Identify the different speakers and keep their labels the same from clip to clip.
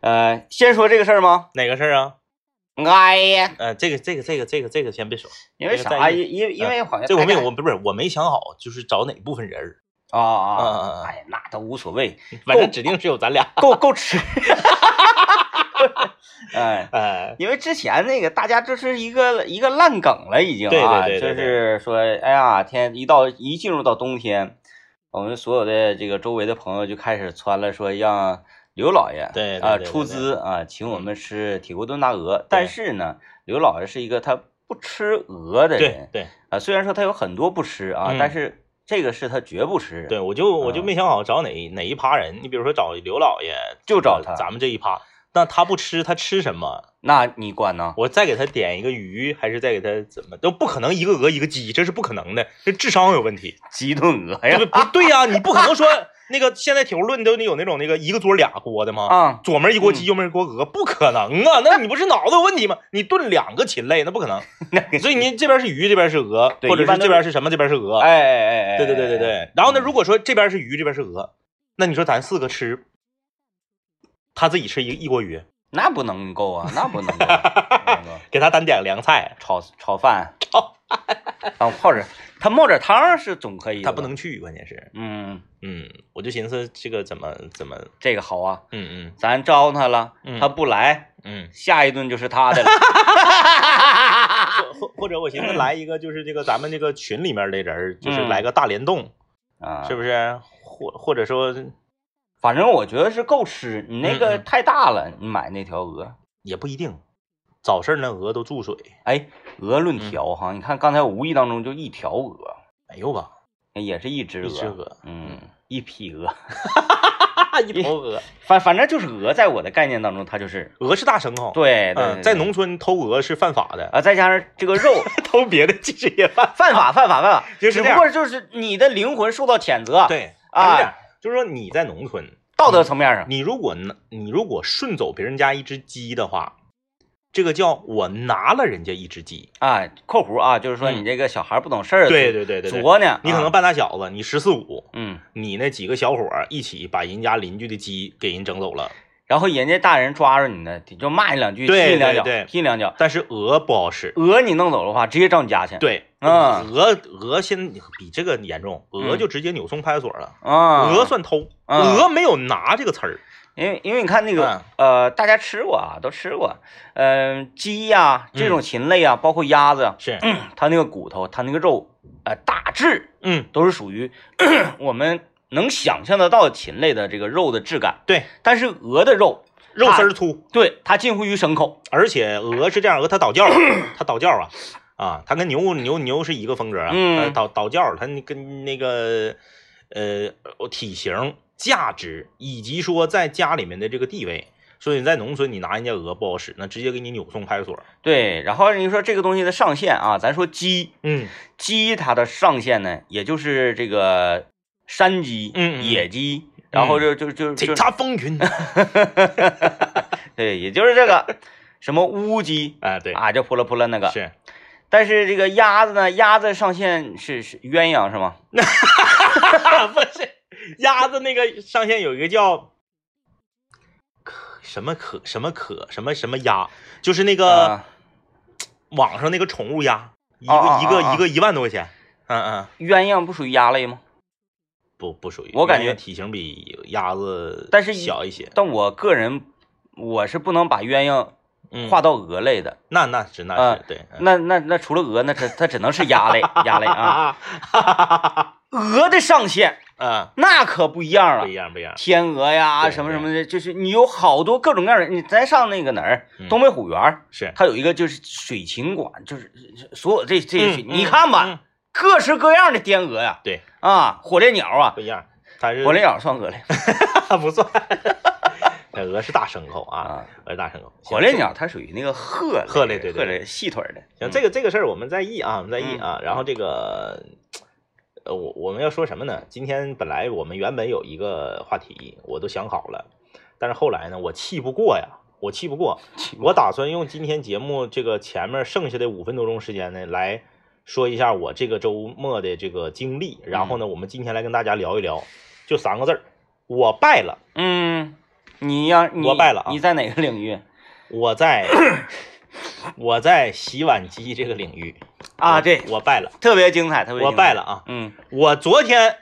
Speaker 1: 呃，先说这个事儿吗？
Speaker 2: 哪个事儿啊？
Speaker 1: 哎呀，
Speaker 2: 呃，这个这个这个这个这个先别说，
Speaker 1: 因为啥？因因因为好像
Speaker 2: 这我没有，
Speaker 1: 大
Speaker 2: 我不是我没想好，就是找哪部分人儿，
Speaker 1: 家啊啊
Speaker 2: 嗯嗯嗯
Speaker 1: 啊！哎呀，那都无所谓，
Speaker 2: 反正指定是有咱俩。
Speaker 1: 够够吃。 哎，
Speaker 2: 哎，
Speaker 1: 因为之前那个大家这是一个一个烂梗了，已经啊，
Speaker 2: 对对对对
Speaker 1: 就
Speaker 2: 对
Speaker 1: 是说，哎呀，天一到一进入到冬天，我们所有的这个周围的朋友就开始穿了，说让刘老爷
Speaker 2: 对对
Speaker 1: 啊
Speaker 2: 对对
Speaker 1: 出
Speaker 2: 对嗯
Speaker 1: 资啊请我们吃铁锅炖大鹅，但是呢，刘老爷是一个他不吃鹅的
Speaker 2: 对
Speaker 1: 人
Speaker 2: 对
Speaker 1: 啊，虽然说他有很多不吃啊，
Speaker 2: 嗯
Speaker 1: 但是这个是他绝不吃，
Speaker 2: 对，，我就我就没想好找哪哪一趴人。你比如说找刘老爷，
Speaker 1: 就找他
Speaker 2: 咱们这一趴。那他不吃，他吃什么？
Speaker 1: 那你管呢？
Speaker 2: 我再给他点一个鱼，还是再给他怎么都不可能一个鹅一个鸡，这是不可能的，这智商有问题。
Speaker 1: 鸡炖鹅呀
Speaker 2: 不不对哎呀、你不可能说那个现在铁锅炖都得有那种那个一个桌俩锅的吗？
Speaker 1: 啊！
Speaker 2: 左面一锅鸡，右面一锅鹅，不可能啊！那你不是脑子有问题吗？你炖两个禽类，那不可能。
Speaker 1: 那个
Speaker 2: 所以你这边是鱼，这边是鹅，
Speaker 1: 对
Speaker 2: 或者
Speaker 1: 一般
Speaker 2: 是
Speaker 1: 都
Speaker 2: 这边是什么，这边是鹅。
Speaker 1: 哎哎哎哎，
Speaker 2: 对对对对
Speaker 1: 哎
Speaker 2: 对。然后呢，
Speaker 1: 嗯
Speaker 2: 如果说这边是鱼，这边是鹅，那你说咱四个吃，他自己吃一一锅鱼，
Speaker 1: 那不能够啊，那不能够 啊，不能够
Speaker 2: 给他单点个凉菜，
Speaker 1: 炒炒饭，
Speaker 2: 炒
Speaker 1: 饭， 啊，泡着，他冒点汤是总可以的，
Speaker 2: 他不，能去，关键是，
Speaker 1: 嗯，
Speaker 2: 嗯，我就寻思这个怎么怎么，
Speaker 1: 这个好啊，
Speaker 2: 嗯嗯
Speaker 1: 咱招他了，
Speaker 2: 嗯
Speaker 1: 他不来，
Speaker 2: 嗯，
Speaker 1: 下一顿就是他 的了，
Speaker 2: 或或者我寻思来一个就是这个咱们这个群里面的人儿，就是
Speaker 1: 嗯
Speaker 2: 来个大联动，
Speaker 1: 啊，
Speaker 2: 是不是？或或者说
Speaker 1: 反正我觉得是够吃，你那个
Speaker 2: 嗯嗯
Speaker 1: 太大了，你买那条鹅，
Speaker 2: 也不一定，早市那鹅都注水，
Speaker 1: 哎，鹅论
Speaker 2: 嗯
Speaker 1: 条哈，你看刚才我无意当中就一条鹅，哎
Speaker 2: 没有吧？
Speaker 1: 也是一只
Speaker 2: 一只
Speaker 1: 鹅，
Speaker 2: 鹅，
Speaker 1: 嗯，一匹鹅，
Speaker 2: 哈，一头鹅，
Speaker 1: 反反正就是鹅，在我的概念当中，它就是。
Speaker 2: 鹅是大牲口，
Speaker 1: 对，对
Speaker 2: 嗯，在农村偷鹅是犯法的，
Speaker 1: 啊，再加上这个肉，
Speaker 2: 偷别的其实也犯。
Speaker 1: 犯法，犯法，犯法，
Speaker 2: 就是
Speaker 1: 只
Speaker 2: 这
Speaker 1: 不
Speaker 2: 样
Speaker 1: 过就是你的灵魂受到谴责，，
Speaker 2: 对
Speaker 1: 啊
Speaker 2: 是这样就是说你在农村，
Speaker 1: 道德层面上，
Speaker 2: 你如果拿你如果顺走别人家一只鸡的话，这个叫我拿了人家一只鸡。
Speaker 1: 啊，括弧啊，就是说你
Speaker 2: 嗯
Speaker 1: 这个小孩不懂事儿，
Speaker 2: 对对对对对，
Speaker 1: 作呢，
Speaker 2: 你可能
Speaker 1: 啊
Speaker 2: 半大小子，你十四五，
Speaker 1: 嗯，
Speaker 2: 你那几个小伙儿一起把人家邻居的鸡给人整走了，
Speaker 1: 然后人家大人抓住你呢，就骂你两句，
Speaker 2: 对
Speaker 1: 踢你两脚
Speaker 2: 对对，
Speaker 1: 踢你两脚，
Speaker 2: 但是鹅不好使。
Speaker 1: 讹你弄走的话，直接找你家去，
Speaker 2: 对，
Speaker 1: 嗯
Speaker 2: 鹅鹅现比这个严重，鹅
Speaker 1: 嗯
Speaker 2: 就直接扭送派出所了。
Speaker 1: 啊，
Speaker 2: 鹅，算偷，
Speaker 1: 嗯
Speaker 2: 鹅没有拿这个词儿。
Speaker 1: 因为因为你看那
Speaker 2: 嗯
Speaker 1: 个呃，大家吃过啊，都吃过，嗯，鸡呀这
Speaker 2: 嗯
Speaker 1: 种禽类啊，包括鸭子，
Speaker 2: 是，
Speaker 1: 它那个骨头，它那个肉，呃，大致
Speaker 2: 嗯，
Speaker 1: 都是属于 我们能想象得到禽类的这个肉的质感，
Speaker 2: 对，
Speaker 1: 但是鹅的肉，
Speaker 2: 肉丝儿粗，
Speaker 1: 对它近乎于牲口，
Speaker 2: 而且鹅是这样，鹅它 倒教，它倒教啊。啊，它跟牛牛牛是一个风格啊，
Speaker 1: 嗯
Speaker 2: 呃倒倒教，它那跟那个呃体型、价值以及说在家里面的这个地位，所以你在农村你拿人家鹅不好使，那直接给你扭送派出所。
Speaker 1: 对。然后你说这个东西的上限啊，咱说鸡，
Speaker 2: 嗯，
Speaker 1: 鸡它的上限呢，也就是这个山鸡、
Speaker 2: 嗯嗯
Speaker 1: 野鸡，然后就就就
Speaker 2: 叱
Speaker 1: 就
Speaker 2: 咤 风云
Speaker 1: 对，也就是这个什么乌鸡
Speaker 2: 啊，对，
Speaker 1: 啊，就扑啦扑啦那个。
Speaker 2: 是
Speaker 1: 但是这个鸭子呢，鸭子上限是是鸳鸯是吗？
Speaker 2: 啊，不是鸭子那个上线有一个叫可什么可什么可什么什么鸭，就是那个、
Speaker 1: 啊
Speaker 2: 网上那个宠物鸭，一个、
Speaker 1: 哦哦
Speaker 2: 一个、
Speaker 1: 哦哦
Speaker 2: 一个一万多块钱。嗯嗯，
Speaker 1: 鸳鸯不属于鸭类吗？
Speaker 2: 不不属于，
Speaker 1: 我感觉
Speaker 2: 因为体型比鸭子
Speaker 1: 但是
Speaker 2: 小一些。
Speaker 1: 但我个人我是不能把鸳�鸯
Speaker 2: 嗯，
Speaker 1: 划到鹅类的。
Speaker 2: 那那是那是、
Speaker 1: 啊
Speaker 2: 对。嗯
Speaker 1: 那那那除了鹅，那它它只能是鸭 类，鸭类啊。
Speaker 2: 啊，哈哈哈哈哈
Speaker 1: 鹅的上限
Speaker 2: 啊，
Speaker 1: 那可不一样
Speaker 2: 不一
Speaker 1: 了，
Speaker 2: 样不一样。
Speaker 1: 天鹅呀
Speaker 2: 对
Speaker 1: 什么什么的，就是你有好多各种各样的。你咱上那个哪儿，
Speaker 2: 嗯
Speaker 1: 东北虎园儿，
Speaker 2: 是
Speaker 1: 它有一个就是水禽馆，就是所有这这些水，
Speaker 2: 嗯
Speaker 1: 你看吧，
Speaker 2: 嗯嗯
Speaker 1: 各式各样的天鹅呀，
Speaker 2: 对，
Speaker 1: 啊，火烈鸟啊
Speaker 2: 不，一样。它是
Speaker 1: 火烈鸟算鹅类吗
Speaker 2: 不 算，那鹅是大牲口啊，
Speaker 1: 啊，
Speaker 2: 鹅是大牲口。
Speaker 1: 火烈鸟它属于那个鹤类，
Speaker 2: 鹤类对对
Speaker 1: 鹤类细腿儿的。
Speaker 2: 行，
Speaker 1: 嗯
Speaker 2: 这个这个事儿我们在意啊，我们在意啊。然后这个，呃，我我们要说什么呢？今天本来我们原本有一个话题，我都想好了，但是后来呢，我气不过呀，我气不过，我打算用今天节目这个前面剩下的五分多钟时间呢，来说一下我这个周末的这个经历。然后呢，我们今天来跟大家聊一聊，就三个字儿，我败了。
Speaker 1: 嗯，你让你
Speaker 2: 我败了啊
Speaker 1: 你在哪个领域
Speaker 2: 我 在我在洗碗机这个领域
Speaker 1: 啊？
Speaker 2: 我
Speaker 1: 对，
Speaker 2: 我败了，
Speaker 1: 特别精彩，特别精
Speaker 2: 我
Speaker 1: 彩
Speaker 2: 败了。啊！
Speaker 1: 嗯
Speaker 2: 我昨天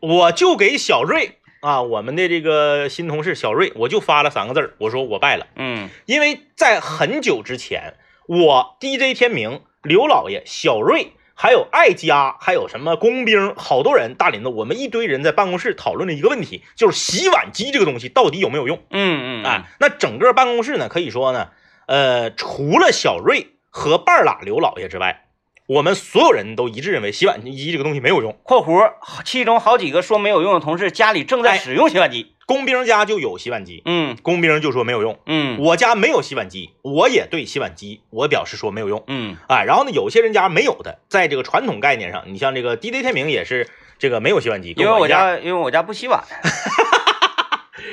Speaker 2: 我就给小瑞啊，我们的这个新同事小瑞，我就发了三个字儿，我说我败了，
Speaker 1: 嗯
Speaker 2: 因为在很久之前，我 DJ 天明、刘老爷、小瑞。还有艾佳，还有什么工兵，好多人，大林子，我们一堆人在办公室讨论了一个问题，就是洗碗机这个东西到底有没有用？
Speaker 1: 嗯嗯
Speaker 2: 啊，那整个办公室呢，可以说呢，呃，除了小瑞和半拉刘老爷之外，我们所有人都一致认为洗碗机这个东西没有用。
Speaker 1: 括弧，其中好几个说没有用的同事家里正在
Speaker 2: 哎
Speaker 1: 使用洗碗机。
Speaker 2: 工兵家就有洗碗机，
Speaker 1: 嗯
Speaker 2: 工兵就说没有用。
Speaker 1: 嗯
Speaker 2: 我家没有洗碗机，我也对洗碗机我表示说没有用。
Speaker 1: 嗯
Speaker 2: 啊，然后呢，有些人家没有的，在这个传统概念上，你像这个 DJ 天明也是这个没有洗碗机，
Speaker 1: 因
Speaker 2: 跟
Speaker 1: 为我
Speaker 2: 我家
Speaker 1: 家因为我家不洗 碗，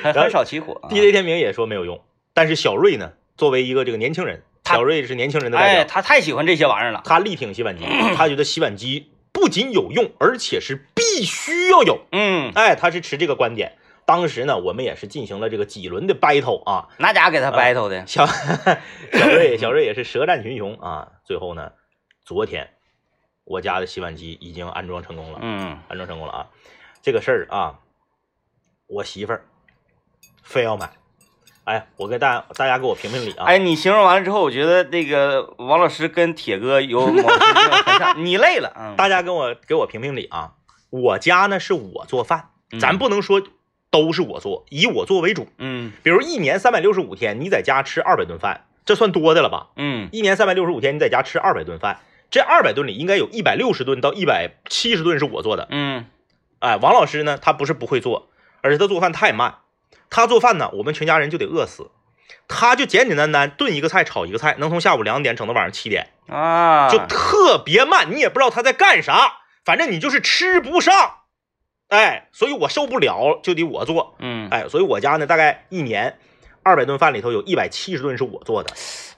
Speaker 1: 很很少起火啊。
Speaker 2: DJ 天明也说没有用。但是小瑞呢，作为一个这个年轻人，
Speaker 1: 他
Speaker 2: 小瑞是年轻人的代表
Speaker 1: 哎，，他太喜欢这些玩意儿了。
Speaker 2: 他力挺洗碗机，他觉得洗碗机不仅有用，而且是必须要有。
Speaker 1: 嗯，
Speaker 2: 哎，他是持这个观点。当时呢，我们也是进行了这个几轮的 battle 啊，
Speaker 1: 那家给他 battle 的。
Speaker 2: 小 小瑞小瑞也是舌战群雄啊。最后呢，昨天我家的洗碗机已经安装成功了，
Speaker 1: 嗯
Speaker 2: 安装成功了啊。这个事儿啊，我媳妇儿非要买。哎，我给大家大家给我评评理啊！
Speaker 1: 哎，你形容完了之后，我觉得那个王老师跟铁哥有某些很像，你累了， 嗯，
Speaker 2: 大家跟我给我评评理啊！我家呢是我做饭，
Speaker 1: 嗯
Speaker 2: 咱不能说都是我做，以我做为主。
Speaker 1: 嗯
Speaker 2: 比如一年三百六十五天，你在家吃二百顿饭，这算多的了吧？
Speaker 1: 嗯
Speaker 2: 一年三百六十五天，你在家吃二百顿饭，这二百顿里应该有一百六十顿到一百七十顿是我做的。
Speaker 1: 嗯
Speaker 2: 哎，王老师呢，他不是不会做，而是他做饭太慢。他做饭呢，我们全家人就得饿死。他就简简单单炖一个菜，炒一个菜，能从下午两点整到晚上七点。
Speaker 1: 啊，
Speaker 2: 就特别慢，你也不知道他在干啥，反正你就是吃不上，哎，所以我受不了，就得我做，
Speaker 1: 嗯，
Speaker 2: 哎，所以我家呢，大概一年二百顿饭里头有一百七十顿是我做的，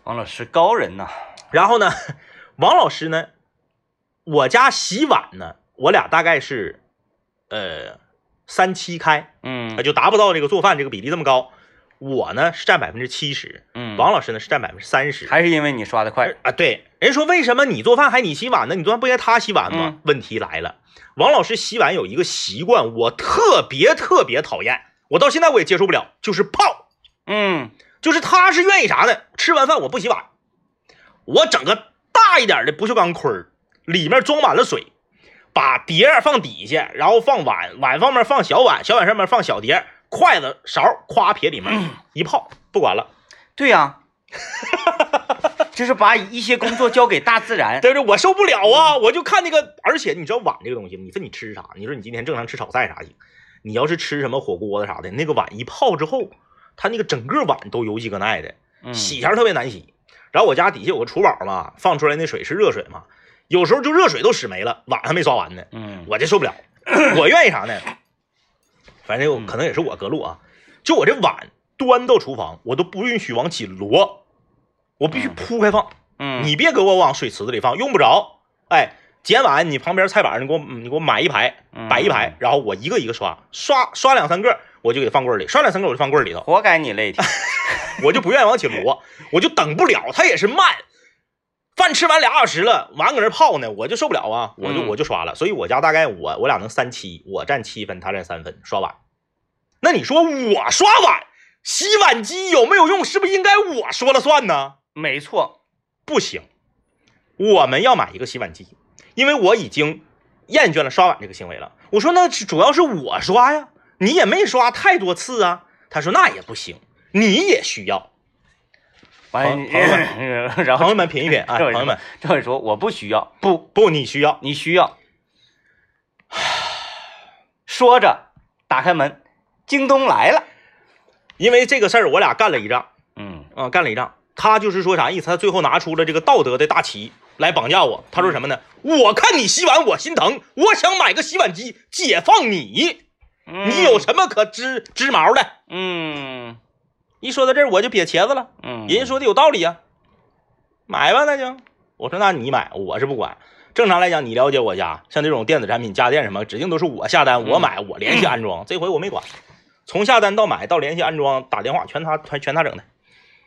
Speaker 1: 王老师高人呐，
Speaker 2: 然后呢， 王老师呢，我家洗碗呢，我俩大概是，呃，三七开，
Speaker 1: 嗯
Speaker 2: 啊，就达不到这个做饭这个比例这么高，我呢是占百分之七十，
Speaker 1: 嗯，
Speaker 2: 王老师呢是占百分之三十，
Speaker 1: 还是因为你刷的快，
Speaker 2: 啊，对，人说为什么你做饭还你洗碗呢？你做饭不应该他洗碗吗？
Speaker 1: 嗯
Speaker 2: 问题来了，王老师洗碗有一个习惯，我特别特别讨厌，我到现在我也接受不了，就是泡，
Speaker 1: 嗯
Speaker 2: 就是他是愿意啥呢？吃完饭我不洗碗，我整个大一点的不锈钢盔儿，里面装满了水，把碟儿放底下，然后放碗，碗方面放小碗，小碗上面放小碟儿，筷子勺儿夸撇里面、一泡，不管了。
Speaker 1: 对 呀、就是把一些工作交给大自然。
Speaker 2: 对对，我受不了啊！我就看那个，而且你知道碗这个东西，你说你吃啥？你说你今天正常吃炒菜啥行？你要是吃什么火锅子啥的，那个碗一泡之后，它那个整个碗都油鸡个耐的，
Speaker 1: 嗯
Speaker 2: 洗前儿特别难洗。然后我家底下有个厨宝嘛，放出来那水是热水嘛，有时候就热水都使没了，碗还没刷完呢，
Speaker 1: 嗯
Speaker 2: 我这受不了。 我愿意啥呢？反正我
Speaker 1: 嗯
Speaker 2: 可能也是我隔路啊，就我这碗端到厨房，我都不允许往起摞，我必须铺开放。
Speaker 1: 嗯，
Speaker 2: 你别给我往水池子里放，用不着。哎，捡碗你旁边菜板儿，你给我你给我买一排，
Speaker 1: 嗯
Speaker 2: 摆一排，然后我一个一个刷，刷刷两三个，我就给它放柜儿里，刷两三个我就放柜儿里头，
Speaker 1: 活该你累 挺。
Speaker 2: 我就不愿意往起挪，我就等不了，它也是慢。饭吃完俩小时了，碗搁那泡呢，我就受不了啊，我就
Speaker 1: 嗯
Speaker 2: 我就刷了，所以我家大概我我俩能三七，我占七分，他占三分，刷碗。那你说我刷碗，洗碗机有没有用？是不是应该我说了算呢？
Speaker 1: 没错，
Speaker 2: 不行，我们要买一个洗碗机，因为我已经厌倦了刷碗这个行为了。我说那主要是我刷呀，你也没刷太多次啊。他说那也不行，你也需要。
Speaker 1: 完
Speaker 2: 朋友
Speaker 1: 了， 然
Speaker 2: 朋
Speaker 1: 后
Speaker 2: 友们品一品啊，
Speaker 1: 这
Speaker 2: 朋
Speaker 1: 位
Speaker 2: 友们，
Speaker 1: 这位说我不需要，
Speaker 2: 不不，你需要。
Speaker 1: 你需要。说着，打开门，京东来了。
Speaker 2: 因为这个事儿，我俩干了一仗
Speaker 1: 嗯
Speaker 2: 啊、干了一仗。他就是说啥意思？他最后拿出了这个道德的大旗来绑架我。他说什么呢？
Speaker 1: 嗯
Speaker 2: 我看你洗碗，我心疼，我想买个洗碗机解放你，
Speaker 1: 嗯
Speaker 2: 你有什么可织织毛的？
Speaker 1: 嗯
Speaker 2: 一说到这儿，我就瘪茄子了。
Speaker 1: 嗯，
Speaker 2: 人家说的有道理啊，买吧那就。我说那你买，我是不管。正常来讲，你了解我家，像这种电子产品、家电什么，指定都是我下单，我买，我联系安装。这回我没管，从下单到买到联系安装打电话，全他全全他整的，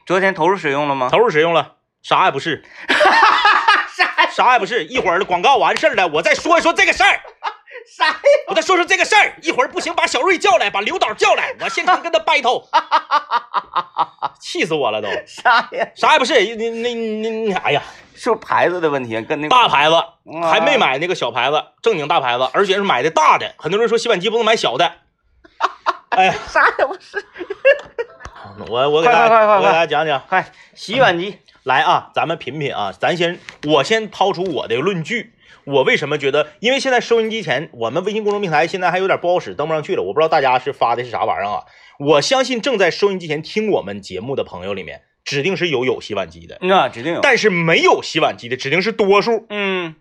Speaker 1: 昨天投入使用了 吗？
Speaker 2: 投入使用了，啥也不是， 啥啥也不是。一会儿广告完事儿了，我再说一说这个事儿，
Speaker 1: 啥呀？
Speaker 2: 我再说说这个事儿。一会儿不行，把小瑞叫来，把刘导叫来，我现场跟他 battle，气死我了都。
Speaker 1: 啥呀？
Speaker 2: 啥也不是，那那那那哎呀，
Speaker 1: 是不是牌子的问题？跟那个
Speaker 2: 大牌子
Speaker 1: 啊
Speaker 2: 还没买那个小牌子，正经大牌子，而且是买的大的。很多人说洗碗机不能买小的，哎呀，
Speaker 1: 啥也不是。
Speaker 2: 我我给大
Speaker 1: 快快快
Speaker 2: 家
Speaker 1: 快
Speaker 2: 我给大家讲讲，
Speaker 1: 快，洗碗机，
Speaker 2: 来啊，咱们品品啊，咱先我先抛出我的论据，我为什么觉得，因为现在收音机前，我们微信公众平台现在还有点不好使，登不上去了，我不知道大家是发的是啥玩意儿啊。我相信正在收音机前听我们节目的朋友里面，指定是有有洗碗机的，
Speaker 1: 那嗯啊指定有。
Speaker 2: 但是没有洗碗机的指定是多数。
Speaker 1: 嗯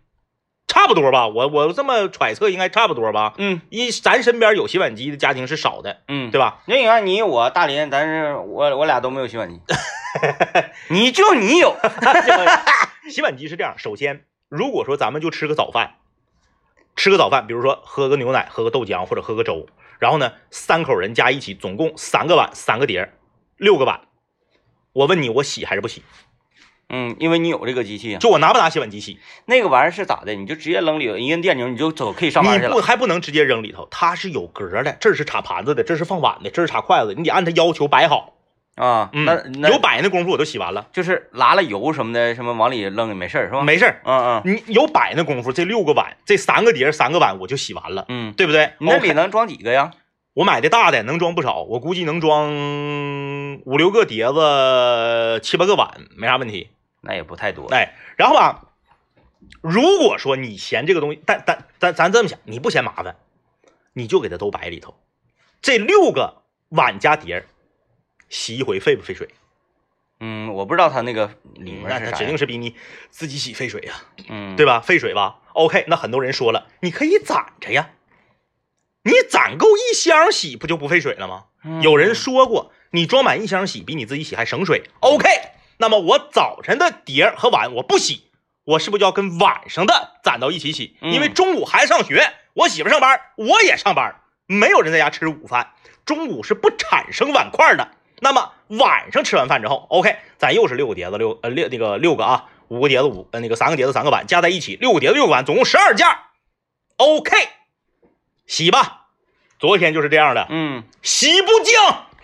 Speaker 2: 差不多吧，我我这么揣测应该差不多吧。
Speaker 1: 嗯
Speaker 2: 一咱身边有洗碗机的家庭是少的，
Speaker 1: 嗯，
Speaker 2: 对吧？
Speaker 1: 那你看你我大林，咱是我我俩都没有洗碗 机，你就你有，嗯
Speaker 2: 洗碗机是这样，首先，如果说咱们就吃个早饭，吃个早饭，比如说喝个牛奶、喝个豆浆或者喝个粥，然后呢，三口人加一起，总共三个碗、三个碟儿，六个碗。我问你，我洗还是不洗？
Speaker 1: 嗯，因为你有这个机器啊。
Speaker 2: 就我拿不拿洗碗机洗？
Speaker 1: 那个玩意儿是咋的？你就直接扔里头，一摁电钮你就走，可以上班去
Speaker 2: 你不
Speaker 1: 了。
Speaker 2: 还不能直接扔里头，它是有格儿的，这是插盘子的，这是放碗的，这是插筷子的，你得按它要求摆好。
Speaker 1: 啊，
Speaker 2: 嗯，
Speaker 1: 那那
Speaker 2: 有摆那功夫我都洗完了，
Speaker 1: 就是拉拉油什么的，什么往里扔也没事儿，是吧？，
Speaker 2: 没事儿。
Speaker 1: 嗯嗯
Speaker 2: 你有摆那功夫，这六个碗，这三个碟儿三个碗我就洗完了，
Speaker 1: 嗯，
Speaker 2: 对不对？
Speaker 1: 你那里
Speaker 2: OK，
Speaker 1: 能装几个呀？
Speaker 2: 我买的大的能装不少，我估计能装五六个碟子，七八个碗，没啥问题。
Speaker 1: 那也不太多。
Speaker 2: 哎，然后吧，如果说你嫌这个东西，但但咱咱这么想，你不嫌麻烦，你就给它都摆里头，这六个碗加碟儿洗一回费不费水？
Speaker 1: 嗯，我不知道它那个里面
Speaker 2: 那
Speaker 1: 是
Speaker 2: 它
Speaker 1: 啥
Speaker 2: 指
Speaker 1: 样，
Speaker 2: 定是比你自己洗费水呀、
Speaker 1: 嗯，
Speaker 2: 对吧？费水吧。OK，那很多人说了，你可以攒着呀，你攒够一箱洗不就不费水了吗？
Speaker 1: 嗯
Speaker 2: 有人说过，你装满一箱洗比你自己洗还省水。OK，那么我早晨的碟儿和碗我不洗，我是不是就要跟晚上的攒到一起洗？
Speaker 1: 嗯
Speaker 2: 因为中午孩子上学，我媳妇上班，我也上班，没有人在家吃午饭，中午是不产生碗筷的。那么晚上吃完饭之后，OK，咱又是六个碟子，六呃六那个六个啊，五个碟子五呃那个三个碟子三个碗加在一起，六个碟子六个碗，总共十二件儿。OK，洗吧。昨天就是这样的，
Speaker 1: 嗯
Speaker 2: 洗不净，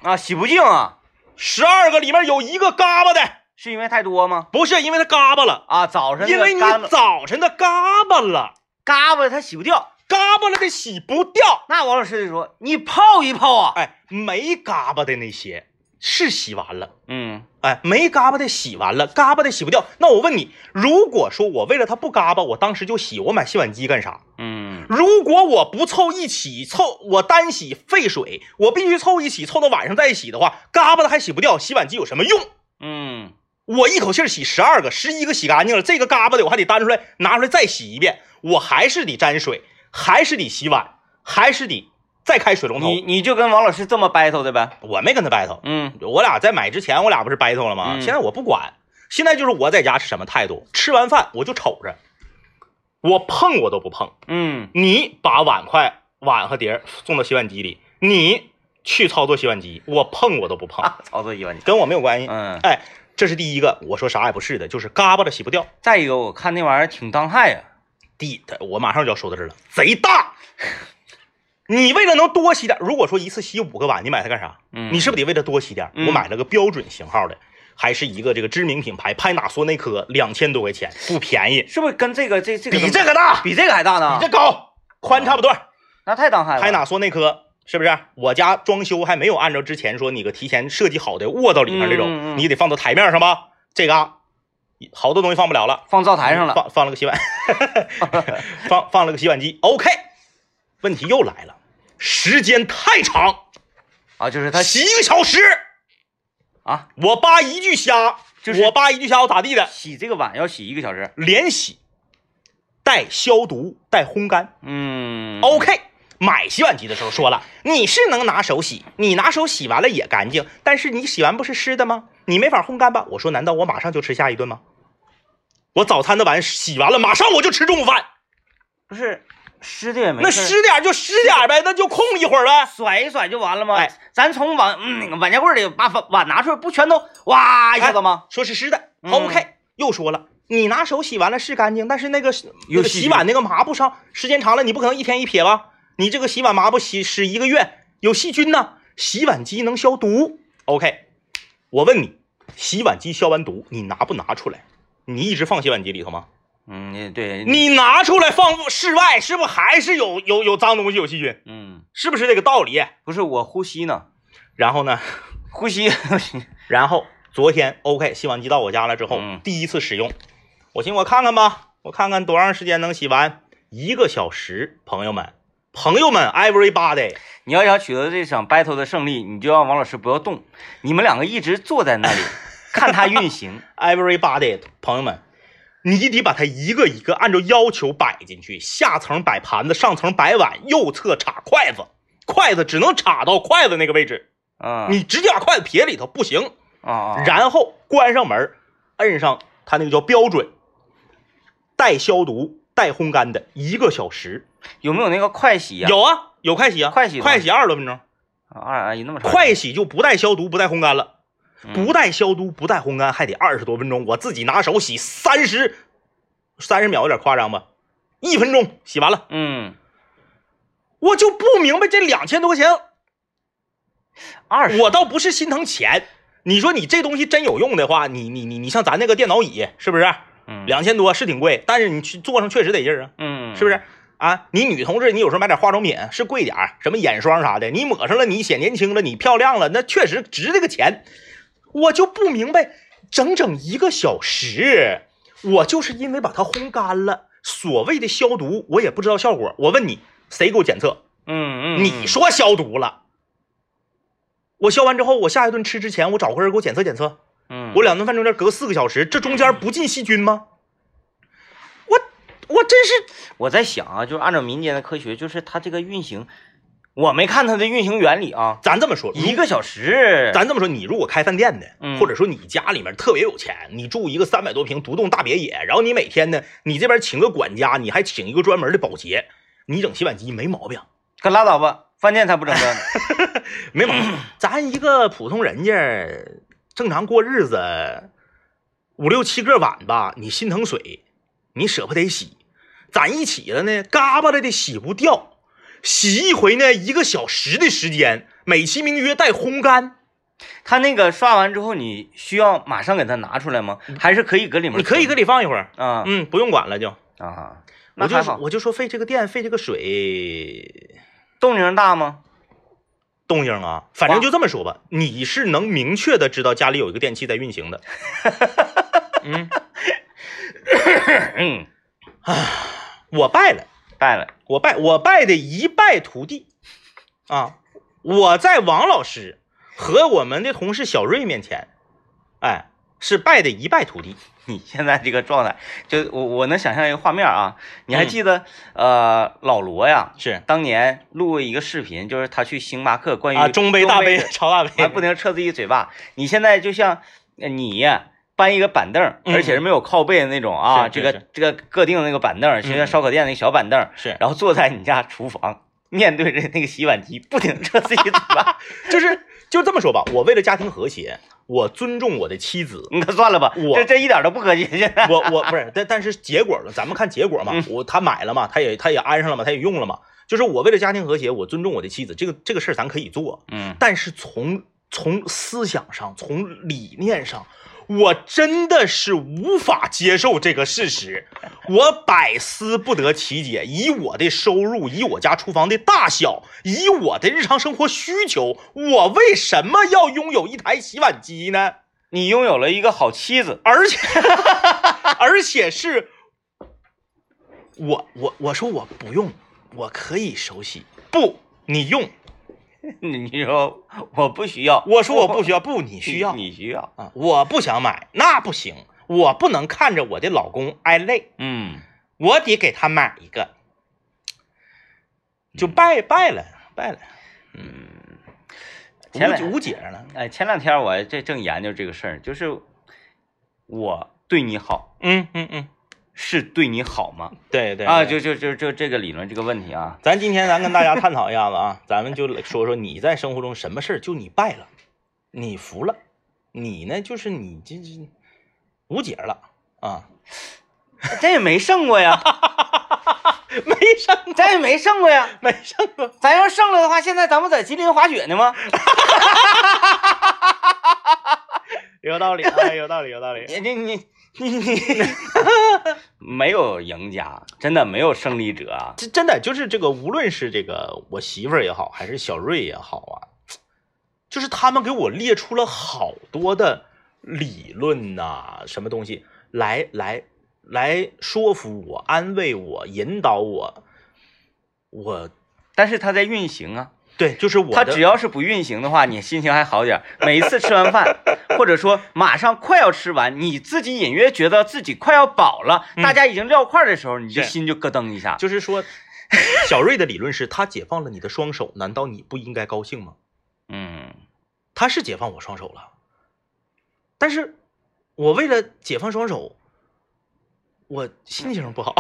Speaker 1: 啊，洗不净啊，
Speaker 2: 十二个里面有一个嘎巴的，
Speaker 1: 是因为太多吗？
Speaker 2: 不是因为它嘎巴了，
Speaker 1: 啊，早上那
Speaker 2: 因
Speaker 1: 个
Speaker 2: 为你
Speaker 1: 干了
Speaker 2: 早晨它嘎巴了，
Speaker 1: 嘎巴它洗不掉。
Speaker 2: 嘎巴了它洗不掉。
Speaker 1: 那王老师就说：“你泡一泡啊。
Speaker 2: 哎，没嘎巴的那些是洗完了。”
Speaker 1: 嗯，
Speaker 2: 哎，没嘎巴的洗完了，嘎巴的洗不掉。那我问你，如果说我为了它不嘎巴，我当时就洗，我买洗碗机干啥？
Speaker 1: 嗯
Speaker 2: 如果我不凑一起凑，我单洗费水，我必须凑一起，凑到晚上再洗的话，嘎巴的还洗不掉，洗碗机有什么用？
Speaker 1: 嗯
Speaker 2: 我一口气儿洗十二个，十一个洗干净了，这个嘎巴的我还得单出来拿出来再洗一遍，我还是得沾水，还是得洗碗，还是得再开水龙头
Speaker 1: 你。你就跟王老师这么 battle 的呗？
Speaker 2: 我没跟他 battle，
Speaker 1: 嗯
Speaker 2: 我俩在买之前我俩不是 battle 了吗？
Speaker 1: 嗯
Speaker 2: 现在我不管，现在就是我在家是什么态度，吃完饭我就瞅着，我碰我都不碰。
Speaker 1: 嗯
Speaker 2: 你把碗筷、碗和碟儿送到洗碗机里，你去操作洗碗机，我碰我都不碰，
Speaker 1: 啊，操作一万斤。
Speaker 2: 跟我没有关系。
Speaker 1: 嗯，
Speaker 2: 哎，这是第一个，我说啥也不是的，就是嘎巴的洗不掉。
Speaker 1: 再一个，我看那玩意儿挺当害呀、
Speaker 2: 地，它我马上就要说到这儿了，贼大。你为了能多洗点，如果说一次洗五个碗，你买它干啥？
Speaker 1: 嗯
Speaker 2: 你是不是得为了多洗点？
Speaker 1: 嗯
Speaker 2: 我买了个标准型号的，还是一个这个知名品牌派纳索内科，两千多块钱，不便宜，
Speaker 1: 是不是跟这个这这个啊
Speaker 2: 比这个大，比
Speaker 1: 比这个还大呢？
Speaker 2: 这高，宽差不多。
Speaker 1: 啊那太当害了。
Speaker 2: 派纳索内科是不是？我家装修还没有按照之前说你个提前设计好的卧到里面
Speaker 1: 嗯嗯
Speaker 2: 这种，
Speaker 1: 嗯
Speaker 2: 你得放到台面上吧？这嘎、好多东西放不了了。
Speaker 1: 放灶台上了。
Speaker 2: 放放了个洗碗， 放放了个洗碗机。OK，问题又来了，时间太长，
Speaker 1: 啊，就是他
Speaker 2: 洗一个小时。
Speaker 1: 啊，
Speaker 2: 我扒一具虾，
Speaker 1: 就是
Speaker 2: 我扒一具虾，我咋地的？
Speaker 1: 洗这个碗要洗一个小时。
Speaker 2: 连洗，带消毒，带烘干。
Speaker 1: 嗯
Speaker 2: OK，买洗碗机的时候说了，你是能拿手洗，你拿手洗完了也干净，但是你洗完不是湿的吗？你没法烘干吧？我说，难道我马上就吃下一顿吗？我早餐的碗洗完了，马上我就吃中午饭。
Speaker 1: 不是湿的也没
Speaker 2: 那
Speaker 1: 事儿嗯
Speaker 2: 湿点儿就湿点儿呗，那就空一会儿呗。
Speaker 1: 甩一甩就完了吗？
Speaker 2: 哎，
Speaker 1: 咱从碗嗯碗夹柜里把碗碗拿出来，不全都
Speaker 2: 哎
Speaker 1: 哇一下子吗？
Speaker 2: 说是湿的、
Speaker 1: 嗯
Speaker 2: o k 又说了，你拿手洗完了是干净，但是那个那
Speaker 1: 有
Speaker 2: 个
Speaker 1: 细
Speaker 2: 洗
Speaker 1: 菌
Speaker 2: 碗那个抹布上时间长了，你不可能一天一撇吧？你这个洗碗抹布洗使一个月，有细菌呢，洗碗机能消毒。OK，我问你，洗碗机消完毒，你拿不拿出来？你一直放洗碗机里头吗？
Speaker 1: 嗯，对，
Speaker 2: 你拿出来放室外，是不是还是有有有脏东西、有细菌？
Speaker 1: 嗯，
Speaker 2: 是不是这个道理？
Speaker 1: 不是我呼吸呢，
Speaker 2: 然后呢？
Speaker 1: 呼吸，
Speaker 2: 然后昨天 OK 洗碗机到我家了之后，
Speaker 1: 嗯
Speaker 2: 第一次使用，我寻思我看看吧，我看看多长时间能洗完，一个小时，朋友们，朋友们，everybody，
Speaker 1: 你要想取得这场 battle 的胜利，你就让王老师不要动，你们两个一直坐在那里看他运行。
Speaker 2: everybody，朋友们，你得把它一个一个按照要求摆进去，下层摆盘子，上层摆碗，右侧插筷子，筷子只能插到筷子那个位置，
Speaker 1: 嗯，
Speaker 2: 你直接把筷子撇里头不行，
Speaker 1: 啊，啊
Speaker 2: 然后关上门儿，摁上它那个叫标准，带消毒、带烘干的，一个小时。
Speaker 1: 有没有那个快洗呀、
Speaker 2: 有啊，有快洗啊，
Speaker 1: 快洗吗
Speaker 2: 快洗二十多分钟，
Speaker 1: 啊？二阿姨那么长，
Speaker 2: 快洗就不带消毒、不带烘干了，
Speaker 1: 嗯
Speaker 2: 不带消毒、不带烘干还得二十多分钟，我自己拿手洗三十，三十秒有点夸张吧，一分钟洗完了，
Speaker 1: 嗯，
Speaker 2: 我就不明白这两千多块钱，
Speaker 1: 二十
Speaker 2: 我倒不是心疼钱。你说你这东西真有用的话，你你你你像咱那个电脑椅是不是？
Speaker 1: 嗯
Speaker 2: 两千多是挺贵，但是你去坐上确实得劲儿啊，
Speaker 1: 嗯，
Speaker 2: 是不是？啊，你女同志，你有时候买点化妆品是贵点儿，什么眼霜啥的，你抹上了，你显年轻了，你漂亮了，那确实值这个钱。我就不明白，整整一个小时，我就是因为把它烘干了，所谓的消毒，我也不知道效果。我问你，谁给我检测？
Speaker 1: 嗯？嗯嗯，
Speaker 2: 你说消毒了，我消完之后，我下一顿吃之前，我找个人给我检测检测。
Speaker 1: 嗯，
Speaker 2: 我两顿饭中间隔四个小时，这中间不进细菌吗？我我真是
Speaker 1: 我在想啊，就是按照民间的科学，就是它这个运行，我没看它的运行原理啊，
Speaker 2: 咱这么说，
Speaker 1: 一
Speaker 2: 如
Speaker 1: 个小时，
Speaker 2: 嗯咱这么说，你如果开饭店的，
Speaker 1: 嗯
Speaker 2: 或者说你家里面特别有钱，你住一个三百多平独栋大别野，然后你每天呢，你这边请个管家，你还请一个专门的保洁，你整洗碗机没毛病，
Speaker 1: 可拉倒吧，饭店才不整这 呢。
Speaker 2: 没毛病。咱一个普通人家正常过日子，五六七个碗吧，你心疼水，你舍不得洗，攒一起了呢，嘎巴了的洗不掉，洗一回呢一个小时的时间，美其名曰带烘干，
Speaker 1: 它那个刷完之后，你需要马上给它拿出来吗？还是可以搁里面
Speaker 2: 嗯你
Speaker 1: 存？
Speaker 2: 可以搁里放一会儿，
Speaker 1: 啊
Speaker 2: 嗯，不用管了就。
Speaker 1: 啊，
Speaker 2: 我
Speaker 1: 那
Speaker 2: 就
Speaker 1: 还
Speaker 2: 说
Speaker 1: 好。
Speaker 2: 我就说费这个电费这个水
Speaker 1: 动静大吗？
Speaker 2: 动静啊，反正就这么说吧，你是能明确的知道家里有一个电器在 运行的，嗯，
Speaker 1: 嗯，
Speaker 2: 我败了。
Speaker 1: 拜了。
Speaker 2: 我拜我拜的一拜涂地啊！我在王老师和我们的同事小瑞面前，哎，是拜的一拜涂地。
Speaker 1: 你现在这个状态，就我我能想象一个画面啊。你还
Speaker 2: 嗯
Speaker 1: 记得、呃老罗呀，
Speaker 2: 是
Speaker 1: 当年录过一个视频，就是他去星巴克关于
Speaker 2: 啊，中杯、大杯、超大杯
Speaker 1: 还，不能撤自己嘴 巴。你现在就像呃你呀搬一个板凳儿，
Speaker 2: 嗯
Speaker 1: 而且是没有靠背的那种啊，
Speaker 2: 是
Speaker 1: 这
Speaker 2: 是
Speaker 1: 个
Speaker 2: 是
Speaker 1: 这个个定的那个板凳儿，就像烧烤店那个小板凳儿，
Speaker 2: 是
Speaker 1: 然后坐在你家厨
Speaker 2: 嗯
Speaker 1: 房，面对着那个洗碗机，不停地撤自己嘴 巴。
Speaker 2: 就是就这么说吧。我为了家庭和谐，我尊重我的妻子。
Speaker 1: 你可算了吧，
Speaker 2: 我
Speaker 1: 这这一点都不科学。现在，
Speaker 2: 我我不是，但但是结果了，咱们看结果嘛。我他买了嘛，他也他也安上了嘛，他也用了嘛。就是我为了家庭和谐，我尊重我的妻子，这个这个事儿咱可以做。
Speaker 1: 嗯，
Speaker 2: 但是从从思想上，从理念上，我真的是无法接受这个事实，我百思不得其解。以我的收入，以我家厨房的大小，以我的日常生活需求，我为什么要拥有一台洗碗机呢？
Speaker 1: 你拥有了一个好妻子，
Speaker 2: 而且， 而且是，我我我说我不用，我可以手洗。不，你用。
Speaker 1: 你你说我不需要，
Speaker 2: 我说我不需要，不，你
Speaker 1: 你
Speaker 2: 需要。
Speaker 1: 你需要，
Speaker 2: 啊，我不想买，那不行，我不能看着我的老公挨累，
Speaker 1: 嗯，
Speaker 2: 我得给他买一个，就拜拜了，拜了，
Speaker 1: 嗯前两
Speaker 2: 无无解了，
Speaker 1: 哎，前两天我这正研究这个事儿，就是我对你好，
Speaker 2: 嗯嗯嗯，
Speaker 1: 是对你好吗？
Speaker 2: 对对
Speaker 1: 啊，
Speaker 2: 对
Speaker 1: 就就就就这个理论这个问题啊，
Speaker 2: 咱今天咱跟大家探讨一下子啊， 咱们就说说你在生活中什么事儿就你败了，你服了，你呢就是你这这无解了啊，
Speaker 1: 咱也没胜过呀，
Speaker 2: 没上
Speaker 1: 咱也没胜过呀，
Speaker 2: 没上过，
Speaker 1: 咱要胜了的话，现在咱不在吉林滑雪呢吗？
Speaker 2: 有道理啊，有道理有道理，
Speaker 1: 你你你你 你，没有赢家，真的没有胜利者啊。
Speaker 2: 这真的就是这个，无论是这个我媳妇儿也好，还是小瑞也好啊，就是他们给我列出了好多的理论呐、什么东西来来来说服我、安慰我、引导我。我
Speaker 1: 但是它在运行啊，
Speaker 2: 对，就是我
Speaker 1: 它
Speaker 2: 的，
Speaker 1: 只要是不运行的话，你心情还好点儿。每一次吃完饭，或者说马上快要吃完，你自己隐约觉得自己快要饱了，
Speaker 2: 嗯
Speaker 1: 大家已经撂块儿的时候，你就是心就咯噔一下。
Speaker 2: 就是说，小瑞的理论是他解放了你的双手，难道你不应该高兴吗？
Speaker 1: 嗯，
Speaker 2: 他是解放我双手了，但是我为了解放双手，我心情不好。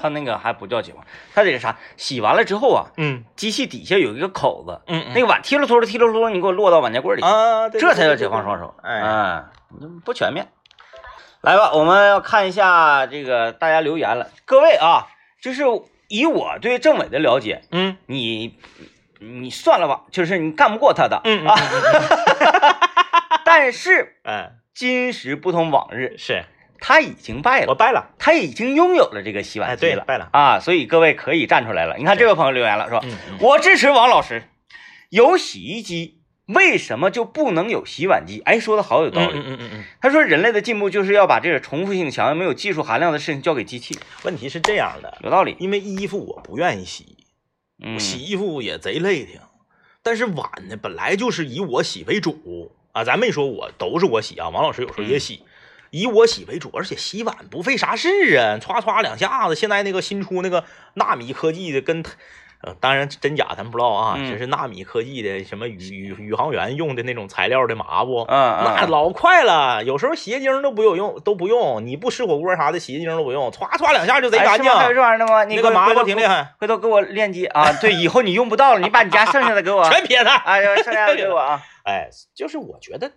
Speaker 1: 它那个还不叫解放，它得是啥？洗完了之后啊，
Speaker 2: 嗯。
Speaker 1: 机器底下有一个口子，
Speaker 2: 嗯
Speaker 1: 那个碗踢噜突噜踢噜突噜，你给我落到碗夹柜里。
Speaker 2: 啊，对
Speaker 1: 这
Speaker 2: 对
Speaker 1: 才
Speaker 2: 对
Speaker 1: 叫
Speaker 2: 对
Speaker 1: 解放
Speaker 2: 对
Speaker 1: 双手。
Speaker 2: 哎
Speaker 1: 嗯，你不全面。来吧，我们要看一下这个大家留言了。各位啊，就是以我对政委的了解，
Speaker 2: 嗯
Speaker 1: 你你算了吧，就是你干不过他的。
Speaker 2: 嗯啊，
Speaker 1: 但是
Speaker 2: 哎，
Speaker 1: 今时不同往日，
Speaker 2: 是
Speaker 1: 他已经败
Speaker 2: 我
Speaker 1: 了，
Speaker 2: 掰了，
Speaker 1: 他已经拥有了这个洗
Speaker 2: 哎，
Speaker 1: 碗机
Speaker 2: 对
Speaker 1: 了、
Speaker 2: 掰了，
Speaker 1: 啊，所以各位可以站出来了。你看这位朋友留言了，说、
Speaker 2: 嗯嗯
Speaker 1: 我支持王老师，有洗衣机为什么就不能有洗碗机？哎，说的好有道理。
Speaker 2: 嗯嗯嗯。
Speaker 1: 他说，人类的进步就是要把这个重复性强、没有技术含量的事情交给机器，
Speaker 2: 问题是这样的，
Speaker 1: 有道理。
Speaker 2: 因为衣服我不愿意洗，
Speaker 1: 嗯
Speaker 2: 我，洗衣服也贼累挺，但是碗呢本来就是以我洗为主啊，咱没说我都是我洗啊，王老师有时候
Speaker 1: 嗯
Speaker 2: 也洗。以我洗为主，而且洗碗不费啥事啊，歘歘两下子。现在那个新出那个纳米科技的跟，呃，当然真假咱不知道啊，
Speaker 1: 嗯
Speaker 2: 这是纳米科技的什么宇宇宇航员用的那种材料的抹布，
Speaker 1: 嗯嗯，
Speaker 2: 那老快了，有时候洗洁精都不有用，都不用，你不吃火锅啥的，洗洁精都不用，歘歘两下就贼
Speaker 1: 哎
Speaker 2: 干
Speaker 1: 是
Speaker 2: 净。啊
Speaker 1: 吗还有这玩意儿的吗？你
Speaker 2: 那个麻
Speaker 1: 麻
Speaker 2: 布挺厉害，
Speaker 1: 回头给我链接 啊。对，以后你用不到了，你把你家剩下的给我
Speaker 2: 全撇它。
Speaker 1: 啊，剩下的给我啊。
Speaker 2: 哎，就是我觉得，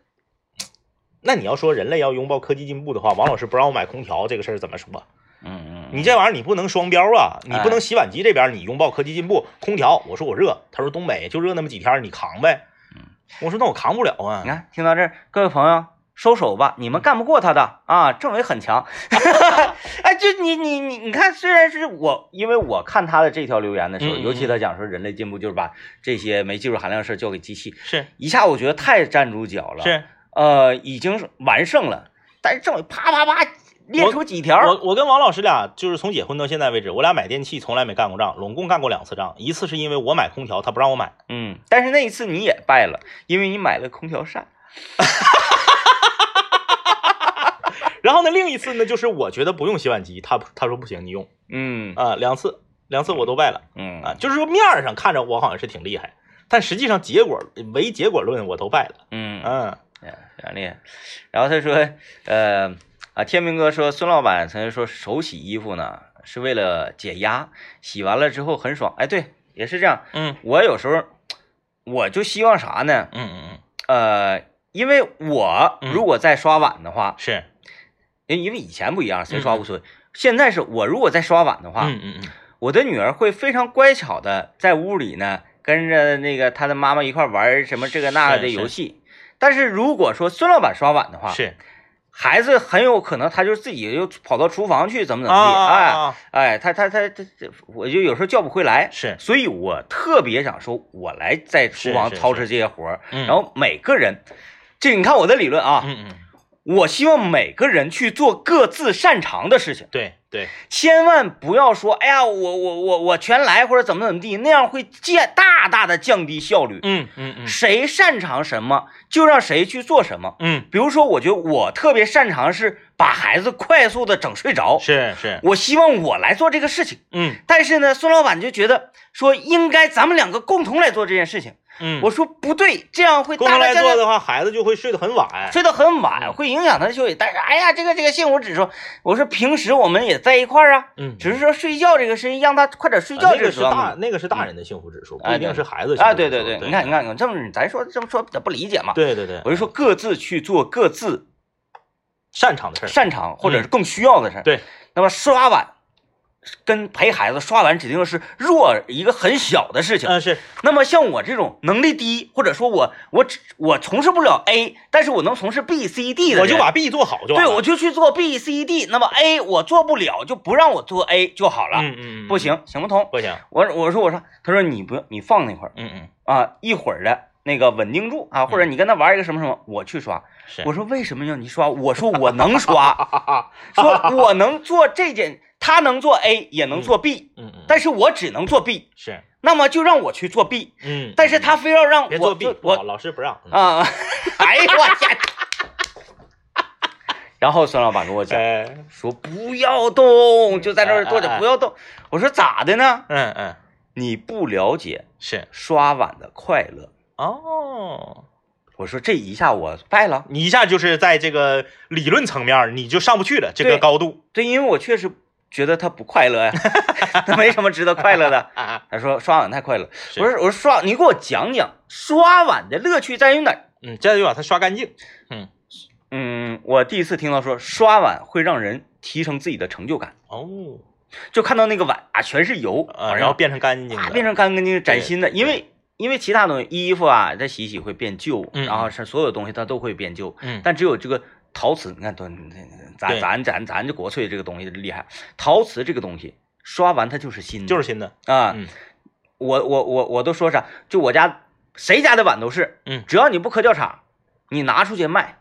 Speaker 2: 那你要说人类要拥抱科技进步的话，王老师不让我买空调这个事儿怎么说？
Speaker 1: 嗯
Speaker 2: 你这玩意儿你不能双标啊，你不能洗碗机这边你拥抱科技进步，空调我说我热，他说东北就热那么几天，你扛呗。我说那我扛不了啊
Speaker 1: 你。看，听到这儿，各位朋友。收手吧，你们干不过他的啊！政委很 强，哎，就你你你你看，虽然是我，因为我看他的这条留言的时候，
Speaker 2: 嗯嗯嗯
Speaker 1: 尤其他讲说人类进步就是把这些没技术含量的事儿交给机器，
Speaker 2: 是
Speaker 1: 一下我觉得太站住脚了，
Speaker 2: 是，
Speaker 1: 呃，已经完胜了，但是政委啪啪啪列出几条，
Speaker 2: 我我跟王老师俩就是从结婚到现在为止，我俩买电器从来没干过仗，拢共干过两次仗，一次是因为我买空调，他不让我买，
Speaker 1: 嗯，但是那一次你也败了，因为你买了空调扇，
Speaker 2: 然后呢，另一次呢就是我觉得不用洗碗机，他他说不行，你用
Speaker 1: 嗯
Speaker 2: 啊、两次两次我都败了
Speaker 1: 嗯
Speaker 2: 啊、就是说面儿上看着我好像是挺厉害，但实际上结果唯结果论我都败了，
Speaker 1: 嗯，
Speaker 2: 嗯
Speaker 1: 非常厉害。然后他说，呃啊，天明哥说孙老板曾经说手洗衣服呢是为了解压，洗完了之后很爽，哎，对，也是这样。
Speaker 2: 嗯
Speaker 1: 我有时候我就希望啥呢？
Speaker 2: 嗯嗯嗯，
Speaker 1: 呃，因为我
Speaker 2: 嗯
Speaker 1: 如果在刷碗的话，
Speaker 2: 是，
Speaker 1: 因因为以前不一样，谁
Speaker 2: 嗯
Speaker 1: 刷无所谓。现在是我如果在刷碗的话，
Speaker 2: 嗯嗯嗯，
Speaker 1: 我的女儿会非常乖巧的在屋里呢，跟着那个她的妈妈一块玩儿什么这个那个的
Speaker 2: 是是
Speaker 1: 游戏。但是如果说孙老板刷碗的话，
Speaker 2: 是
Speaker 1: 孩子很有可能他就自己又跑到厨房去怎么怎么地，哎
Speaker 2: 啊
Speaker 1: 哎，他他他他，他我就有时候叫不回来。
Speaker 2: 是，
Speaker 1: 所以我特别想说，我来在厨房
Speaker 2: 是是
Speaker 1: 操持这些活儿，
Speaker 2: 然
Speaker 1: 然后每个人，这你看我的理论啊，
Speaker 2: 嗯嗯，
Speaker 1: 我希望每个人去做各自擅长的事情。
Speaker 2: 对对，
Speaker 1: 千万不要说，哎呀，我我我我全来或者怎么怎么地，那样会降大大的降低效率。
Speaker 2: 嗯嗯嗯
Speaker 1: 谁擅长什么，就让谁去做什么。
Speaker 2: 嗯，
Speaker 1: 比如说，我觉得我特别擅长是把孩子快速的整睡着，
Speaker 2: 是是，
Speaker 1: 我希望我来做这个事情。
Speaker 2: 嗯
Speaker 1: 但是呢，孙老板就觉得说应该咱们两个共同来做这件事情，
Speaker 2: 嗯
Speaker 1: 我说不对，这样会
Speaker 2: 公
Speaker 1: 大
Speaker 2: 平
Speaker 1: 大
Speaker 2: 来
Speaker 1: 家
Speaker 2: 做的话，孩子就会睡得很晚。
Speaker 1: 睡到很晚，会影响他的休息。但是哎呀，这个这个幸福指数，我说平时我们也在一块儿啊，
Speaker 2: 嗯
Speaker 1: 只是说睡觉这个事情让他快点睡
Speaker 2: 啊
Speaker 1: 觉
Speaker 2: 那
Speaker 1: 这
Speaker 2: 个
Speaker 1: 主
Speaker 2: 是
Speaker 1: 要
Speaker 2: 大
Speaker 1: 目的
Speaker 2: 那个是大人的幸福指数，不
Speaker 1: 哎
Speaker 2: 一定
Speaker 1: 对
Speaker 2: 是孩子的
Speaker 1: 啊，
Speaker 2: 幸
Speaker 1: 对
Speaker 2: 福指
Speaker 1: 对对，
Speaker 2: 数对，
Speaker 1: 你看你看，你看，这么咱说这么说比较不理解嘛，
Speaker 2: 对对对，
Speaker 1: 我就说各自去做各自
Speaker 2: 擅长的事儿，
Speaker 1: 擅长或者是更需要的事儿。
Speaker 2: 对，
Speaker 1: 那么刷碗跟陪孩子刷碗指定是弱儿一个很小的事情。
Speaker 2: 嗯是，
Speaker 1: 那么像我这种能力低，或者说我我只我从事不了 A，但是我能从事 B、C、D 的人，
Speaker 2: 我就把 B 做好就完
Speaker 1: 对
Speaker 2: 了。
Speaker 1: 我就去做 B、C、D。那么 A 我做不了，就不让我做 A 就好了。
Speaker 2: 嗯嗯嗯，
Speaker 1: 不行，行不通。
Speaker 2: 不行，
Speaker 1: 我我说我说，他说你不用你放那会儿
Speaker 2: 嗯嗯
Speaker 1: 啊，一会儿的那个稳定住啊，或者你跟他玩一个什么什么，我去刷。
Speaker 2: 是，
Speaker 1: 我说为什么要你刷？我说我能刷，
Speaker 2: 哈 哈，
Speaker 1: 说我能做这件，他能做 A 也能做 B，、
Speaker 2: 嗯嗯，
Speaker 1: 但是我只能做 B，
Speaker 2: 是，
Speaker 1: 那么就让我去做 B，
Speaker 2: 嗯，
Speaker 1: 但是他非要让
Speaker 2: 别
Speaker 1: 我
Speaker 2: 作弊
Speaker 1: 做，
Speaker 2: 老
Speaker 1: 我
Speaker 2: 老师不让。嗯
Speaker 1: 啊，哎呦我天！ 然后孙老板跟我讲
Speaker 2: 哎，
Speaker 1: 说不要动，就在那儿坐
Speaker 2: 哎哎
Speaker 1: 着
Speaker 2: 哎
Speaker 1: 不要动。我说咋的呢？
Speaker 2: 嗯嗯，
Speaker 1: 你不了解
Speaker 2: 是
Speaker 1: 刷碗的快乐。
Speaker 2: 哦，
Speaker 1: 我说这一下我败了，
Speaker 2: 你一下就是在这个理论层面儿你就上不去了，这个
Speaker 1: 对
Speaker 2: 高度
Speaker 1: 对，因为我确实觉得他不快乐呀， 他没什么值得快乐的。
Speaker 2: 啊，
Speaker 1: 他说刷碗太快乐，我说我说刷，你给我讲讲刷碗的乐趣在于哪儿？
Speaker 2: 嗯，这就把它刷干净。嗯，
Speaker 1: 嗯，我第一次听到说刷碗会让人提升自己的成就感，
Speaker 2: 哦，
Speaker 1: 就看到那个碗啊全是油，
Speaker 2: 啊，然后变成干净
Speaker 1: 啊
Speaker 2: 的，
Speaker 1: 变成干干净净崭新的，
Speaker 2: 对
Speaker 1: 因为因为其他东西衣服啊再洗一洗会变旧，
Speaker 2: 嗯
Speaker 1: 然后是所有东西它都会变旧，
Speaker 2: 嗯，
Speaker 1: 但只有这个陶瓷，你看都咱
Speaker 2: 对
Speaker 1: 咱咱咱这国粹这个东西厉害，陶瓷这个东西刷完它就是新的，
Speaker 2: 就是新的。
Speaker 1: 啊，
Speaker 2: 嗯
Speaker 1: 我我我我都说啥？就我家谁家的碗都是，
Speaker 2: 嗯
Speaker 1: 只要你不磕掉茬，你拿出去 卖，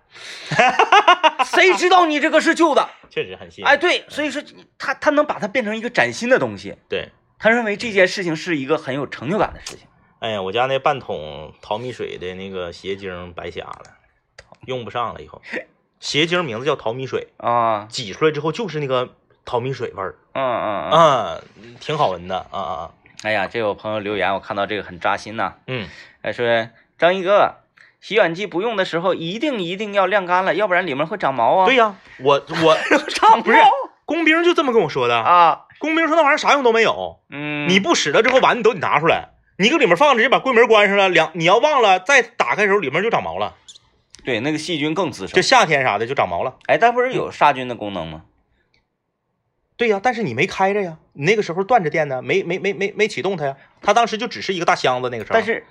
Speaker 1: 谁知道你这个是旧的？
Speaker 2: 确实很新。
Speaker 1: 哎，，对，所以说他他能把它变成一个崭新的东西，
Speaker 2: 对，
Speaker 1: 他认为这件事情是一个很有成就感的事情。
Speaker 2: 哎呀，我家那半桶淘米水的那个鞋精白瞎了，用不上了 以后，鞋精名字叫淘米水，
Speaker 1: 啊，
Speaker 2: 挤出来之后就是那个淘米水味儿，
Speaker 1: 嗯嗯嗯，
Speaker 2: 啊，挺好闻的，啊啊啊，
Speaker 1: 哎呀，这有朋友留言，我看到这个很扎心呐、
Speaker 2: 嗯，
Speaker 1: 哎，说张一哥，啊洗碗机不用的时候一定一定要晾干了，要不然里面会长毛 啊。
Speaker 2: 对 呀、我我
Speaker 1: 长
Speaker 2: 不是工兵就这么跟我说的，
Speaker 1: 啊，
Speaker 2: 工兵说那玩意儿啥用都没有，
Speaker 1: 嗯，
Speaker 2: 你不使了之后碗你都得拿出来。你搁里面放着，直接把柜门关上了。两你要忘了，再打开的时候里面就长毛了。
Speaker 1: 对那个细菌更滋生
Speaker 2: 这。嗯夏天啥的就长毛了。
Speaker 1: 哎，它不是有杀菌的功能吗？
Speaker 2: 对呀、但是你没开着呀，你那个时候断着电呢，没没没没没启动它呀，它当时就只是一个大箱子那个时候。
Speaker 1: 但是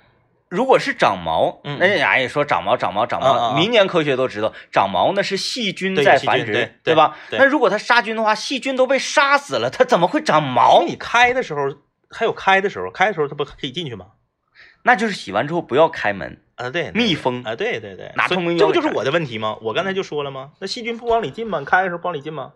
Speaker 1: 如果是长毛，
Speaker 2: 嗯嗯
Speaker 1: 那人家也说长毛长毛长
Speaker 2: 啊啊
Speaker 1: 毛，
Speaker 2: 啊
Speaker 1: 民间科学都知道，长毛那是细菌
Speaker 2: 对
Speaker 1: 在
Speaker 2: 细菌
Speaker 1: 繁殖，
Speaker 2: 对对
Speaker 1: 吧？
Speaker 2: 对
Speaker 1: 那如果它杀菌的话，细菌都被杀死了，它怎么会长毛
Speaker 2: 毛？你开的时候还有开的时候，开的时候它不可以进去吗？
Speaker 1: 那就是洗完之后不要开门，
Speaker 2: 啊，对，
Speaker 1: 密
Speaker 2: 对
Speaker 1: 封
Speaker 2: 啊，对对对，
Speaker 1: 拿
Speaker 2: 所以
Speaker 1: 透明
Speaker 2: 这
Speaker 1: 胶
Speaker 2: 不
Speaker 1: 给
Speaker 2: 就是
Speaker 1: 盖
Speaker 2: 我的问题吗？我刚才就说了吗？那细菌不往里进吗？你开的时候不往里进吗？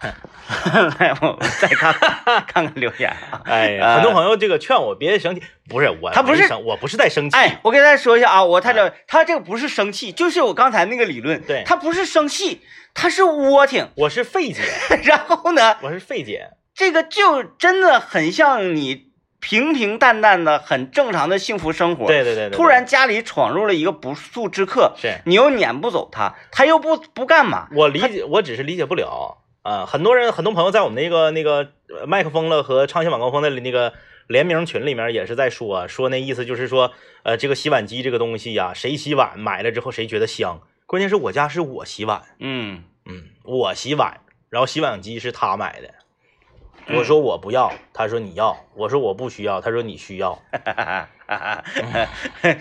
Speaker 1: 来，哎我们再看 看看看留言啊。
Speaker 2: 哎呀，很多朋友这个劝我别生气，不是我，
Speaker 1: 他不是
Speaker 2: 生，我不是在 生气，
Speaker 1: 哎，我跟大家说一下啊，我太了，他这个不是生气，就是我刚才那个理论，
Speaker 2: 对
Speaker 1: 他不是生气，他是窝挺。
Speaker 2: 我是费解，
Speaker 1: 然后呢，
Speaker 2: 我是费解，
Speaker 1: 这个就真的很像你平平淡淡的、很正常的幸福生活。
Speaker 2: 对对对对，对
Speaker 1: 突然家里闯入了一个不速之客，
Speaker 2: 是
Speaker 1: 你又撵不走他，他又不不干嘛，
Speaker 2: 我理解，我只是理解不了啊、很多人，很多朋友在我们那个那个呃麦克风了和畅想晚高峰的那个联名群里面也是在说、说那意思就是说，呃，这个洗碗机这个东西呀、谁洗碗买了之后谁觉得香，关键是我家是我洗碗，
Speaker 1: 嗯，
Speaker 2: 嗯，我洗碗，然后洗碗机是他买的。我说我不要，他说你要；我说我不需要，他说你需要。
Speaker 1: 哎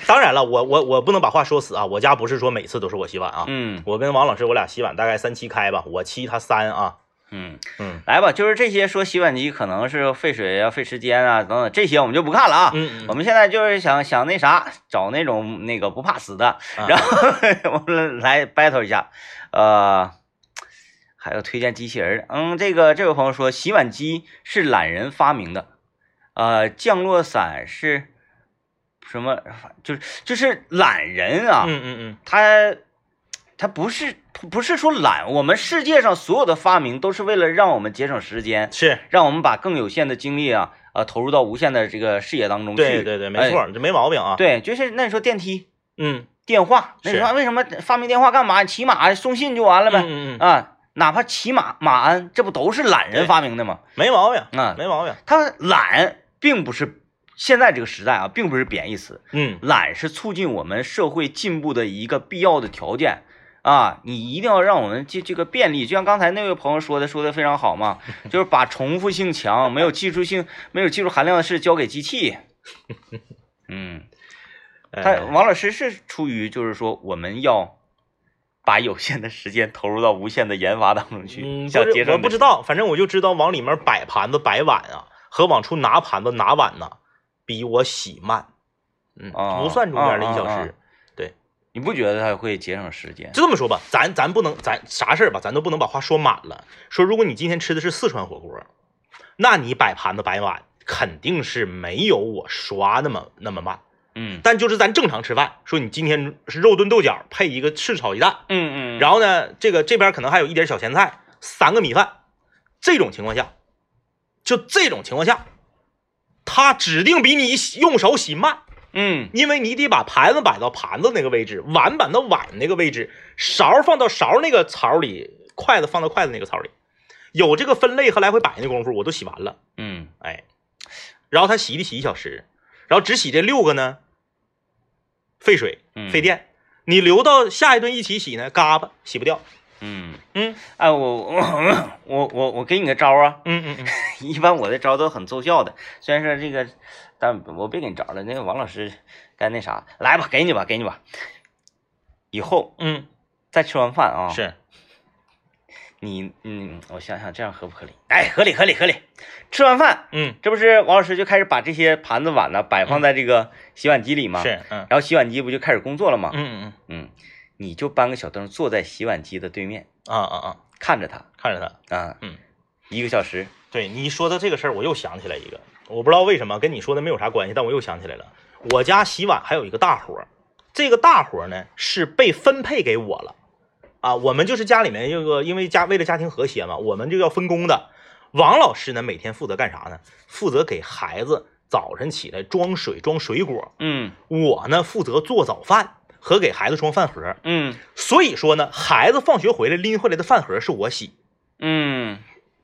Speaker 2: 当然了，我我我不能把话说死啊！我家不是说每次都是我洗碗啊，
Speaker 1: 嗯
Speaker 2: 我跟王老师，我俩洗碗大概三七开吧，我七他三啊。
Speaker 1: 嗯，
Speaker 2: 嗯
Speaker 1: 来吧，就是这些说洗碗机可能是费水啊、费时间啊等等这些我们就不看了啊。
Speaker 2: 嗯
Speaker 1: 我们现在就是想想那啥，找那种那个不怕死的，
Speaker 2: 啊
Speaker 1: 然后 我们来 battle 一下，呃，还有推荐机器人儿，嗯，这个这位朋友说洗碗机是懒人发明的，呃，降落伞是什么？就是就是懒人啊，
Speaker 2: 嗯嗯嗯，
Speaker 1: 他他不是不是说懒，我们世界上所有的发明都是为了让我们节省时间，
Speaker 2: 是
Speaker 1: 让我们把更有限的精力啊啊、呃投入到无限的这个视野当中去。
Speaker 2: 对对对，没
Speaker 1: 哎
Speaker 2: 错，这没毛病啊。，
Speaker 1: 对，就是那时候电梯、
Speaker 2: 嗯，
Speaker 1: 电话，那
Speaker 2: 是
Speaker 1: 时候为什么发明电话干嘛？骑马送信就完了呗。
Speaker 2: 嗯嗯嗯，
Speaker 1: 啊，哪怕骑马马鞍，这不都是懒人
Speaker 2: 对
Speaker 1: 发明的吗？
Speaker 2: 没毛病，
Speaker 1: 啊，
Speaker 2: 没毛病。
Speaker 1: 他懒并不是现在这个时代啊，并不是贬义词，
Speaker 2: 嗯，
Speaker 1: 懒是促进我们社会进步的一个必要的条件啊！你一定要让我们这这个便利，就像刚才那位朋友说的，说的非常好 嘛，就是把重复性强、没有技术性、没有技术含量的事交给机 器。嗯，他
Speaker 2: 哎
Speaker 1: 王老师是出于就是说我们要把有限的时间投入到无限的研发当中去，
Speaker 2: 嗯，
Speaker 1: 想
Speaker 2: 不
Speaker 1: 节
Speaker 2: 是，
Speaker 1: 省
Speaker 2: 我不知
Speaker 1: 道
Speaker 2: 道，反正我就知道往里面摆盘子、摆碗啊，和往出拿盘子、拿碗呐，比我洗慢。嗯，
Speaker 1: 啊
Speaker 2: 不算中间的
Speaker 1: 啊
Speaker 2: 一小
Speaker 1: 啊
Speaker 2: 时
Speaker 1: 啊。你不觉得他会节省时间？
Speaker 2: 就这么说吧，咱咱不能，咱啥事儿吧，咱都不能把话说满了。说如果你今天吃的是四川火锅，那你摆盘子摆碗肯定是没有我刷那么那么慢。
Speaker 1: 嗯
Speaker 2: 但就是咱正常吃饭，说你今天是肉炖豆角配一个赤炒鸡蛋，
Speaker 1: 嗯嗯，
Speaker 2: 然后呢，这个这边可能还有一点小咸菜，三个米饭，这种情况下，就这种情况下，他指定比你洗用手洗慢。
Speaker 1: 嗯
Speaker 2: 因为你得把盘子摆到盘子那个位置，碗摆到碗那个位置，勺放到勺那个槽里，筷子放到筷子那个槽里，有这个分类和来回摆那功夫，我都洗完了，
Speaker 1: 嗯
Speaker 2: 哎，然后他洗得洗一小时，然后只洗这六个呢，费水
Speaker 1: 嗯
Speaker 2: 费电，你留到下一顿一起洗呢，嘎巴洗不掉，
Speaker 1: 嗯。
Speaker 2: 嗯
Speaker 1: 哎，我我我我我给你个招儿啊！
Speaker 2: 嗯嗯嗯，
Speaker 1: 一般我的招儿都很奏效的，虽然说这个，但我别给你招儿了。那个王老师该那啥，来吧，给你吧，给你吧。以后
Speaker 2: 嗯
Speaker 1: 再吃完饭啊，
Speaker 2: 是，
Speaker 1: 你嗯，我想想这样合不合理？哎，合理合理合理。吃完饭，
Speaker 2: 嗯
Speaker 1: 这不是王老师就开始把这些盘子碗呢摆放在这个洗碗机里吗？。
Speaker 2: 是，嗯
Speaker 1: 然后洗碗机不就开始工作了吗
Speaker 2: 嗯？嗯
Speaker 1: 嗯，你就搬个小凳坐在洗碗机的对面，
Speaker 2: 嗯啊啊啊，
Speaker 1: 看着它
Speaker 2: 看着他。
Speaker 1: 啊，
Speaker 2: 嗯，
Speaker 1: 一个小时，
Speaker 2: 对你一说到这个事儿，我又想起来一个，我不知道为什么跟你说的没有啥关系，但我又想起来了。我家洗碗还有一个大活儿，这个大活儿呢是被分配给我了，啊，我们就是家里面这个，因为家为了家庭和谐嘛，我们就要分工的。王老师呢每天负责干啥呢？负责给孩子早晨起来装水装水果，
Speaker 1: 嗯
Speaker 2: 我呢负责做早饭和给孩子装饭盒。
Speaker 1: 嗯。
Speaker 2: 所以说呢，孩子放学回来拎回来的饭盒是我洗，
Speaker 1: 嗯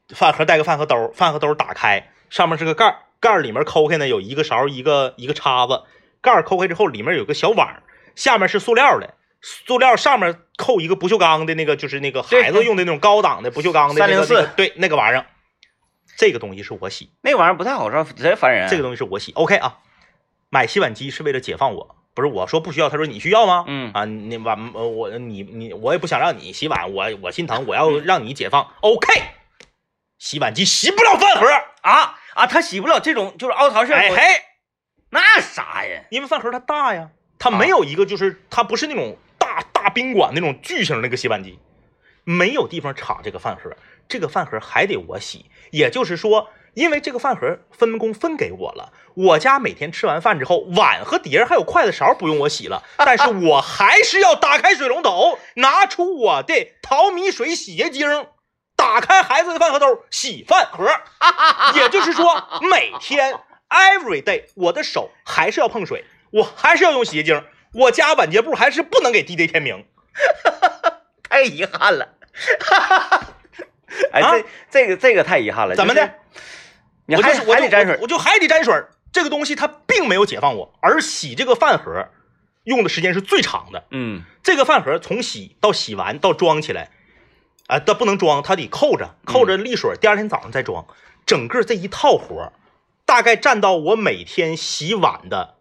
Speaker 2: 饭盒带个饭盒兜儿，饭盒兜儿打开，上面是个盖儿，盖儿里面抠开呢有一个勺，一个一个叉子，盖儿抠开之后里面有个小碗儿，下面是塑料的，塑料上面扣一个不锈钢的那个，就是那个
Speaker 1: 对
Speaker 2: 孩子用的那种高档的不锈钢的那个、
Speaker 1: 304
Speaker 2: 那个对那个玩意儿，这个东西是我洗，，
Speaker 1: 那玩意儿不太好烧，贼烦人。
Speaker 2: 这个东西是我洗，OK 啊，买洗碗机是为了解放我。不是我说不需要，他说你需要吗？
Speaker 1: 嗯
Speaker 2: 啊，你碗呃我你你我也不想让你洗碗，我我心疼，我要让你解放。OK，洗碗机洗不了饭盒，
Speaker 1: 啊啊，他洗不了这种就是凹槽式。
Speaker 2: 哎嘿，
Speaker 1: 那啥呀？
Speaker 2: 因为饭盒它大呀，它
Speaker 1: 啊
Speaker 2: 没有一个就是它不是那种大大宾馆那种巨型那个洗碗机，没有地方插这个饭盒，这个饭盒还得我洗。也就是说，因为这个饭盒分工分给我了，我家每天吃完饭之后，碗和碟儿还有筷子勺不用我洗了，但是我还是要打开水龙头，拿出我的淘米水洗洁精。打开孩子的饭盒兜，洗饭盒。 也就是说，每天 every day，我的手还是要碰水，我还是要用洗洁精，我家晚洁布还是不能给 DJ 天明。
Speaker 1: 太遗憾了。 哎，
Speaker 2: 啊
Speaker 1: 这这个这个太遗憾了。
Speaker 2: 怎么的？
Speaker 1: 你
Speaker 2: 我就
Speaker 1: 还
Speaker 2: 是我
Speaker 1: 还
Speaker 2: 就
Speaker 1: 得沾水
Speaker 2: 我，我就还得沾水儿。这个东西它并没有解放我，而洗这个饭盒用的时间是最长的。
Speaker 1: 嗯
Speaker 2: 这个饭盒从洗到洗完到装起来，啊、它不能装，它得扣着，扣着沥水，第二天早上再装。整个这一套活儿，大概占到我每天洗碗的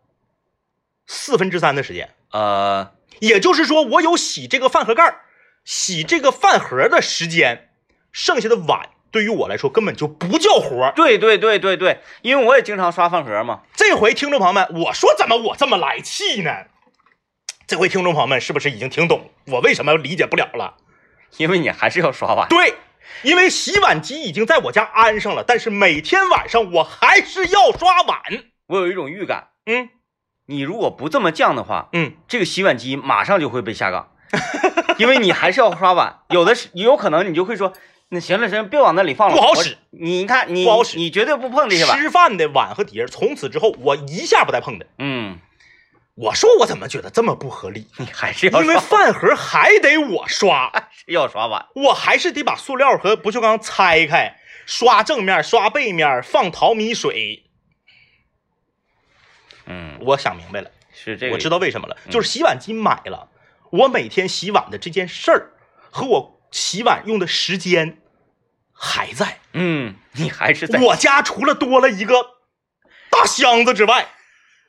Speaker 2: 四分之三的时间。
Speaker 1: 呃
Speaker 2: 也就是说，我有洗这个饭盒盖儿、洗这个饭盒的时间，剩下的碗对于我来说根本就不叫活儿。
Speaker 1: 对对对对对，因为我也经常刷饭盒嘛。
Speaker 2: 这回听众朋友们，我说怎么我这么来气呢？这回听众朋友们是不是已经听懂我为什么理解不了了？
Speaker 1: 因为你还是要刷碗。
Speaker 2: 对，因为洗碗机已经在我家安上了，但是每天晚上我还是要刷碗。
Speaker 1: 我有一种预感，
Speaker 2: 嗯
Speaker 1: 你如果不这么犟的话，
Speaker 2: 嗯，
Speaker 1: 这个洗碗机马上就会被下岗，因为你还是要刷碗。有的是，有可能你就会说，那行了行了，别往那里放了，
Speaker 2: 不好
Speaker 1: 我
Speaker 2: 使。
Speaker 1: 你看你
Speaker 2: 不好使
Speaker 1: 你绝对不碰这些碗。
Speaker 2: 吃饭的碗和碟儿，从此之后我一下不带碰的。
Speaker 1: 嗯，
Speaker 2: 我说我怎么觉得这么不合理？
Speaker 1: 你还是要
Speaker 2: 因为
Speaker 1: 刷，
Speaker 2: 饭盒还得我刷，
Speaker 1: 要刷碗。
Speaker 2: 我还是得把塑料和不锈钢拆开，刷正面，刷背面，放淘米水。
Speaker 1: 嗯，
Speaker 2: 我想明白了，
Speaker 1: 是这个，
Speaker 2: 我知道为什么了，
Speaker 1: 嗯
Speaker 2: 就是洗碗机买了，我每天洗碗的这件事儿和我洗碗用的时间还在。
Speaker 1: 嗯，你还是在
Speaker 2: 我家除了多了一个大箱子之外，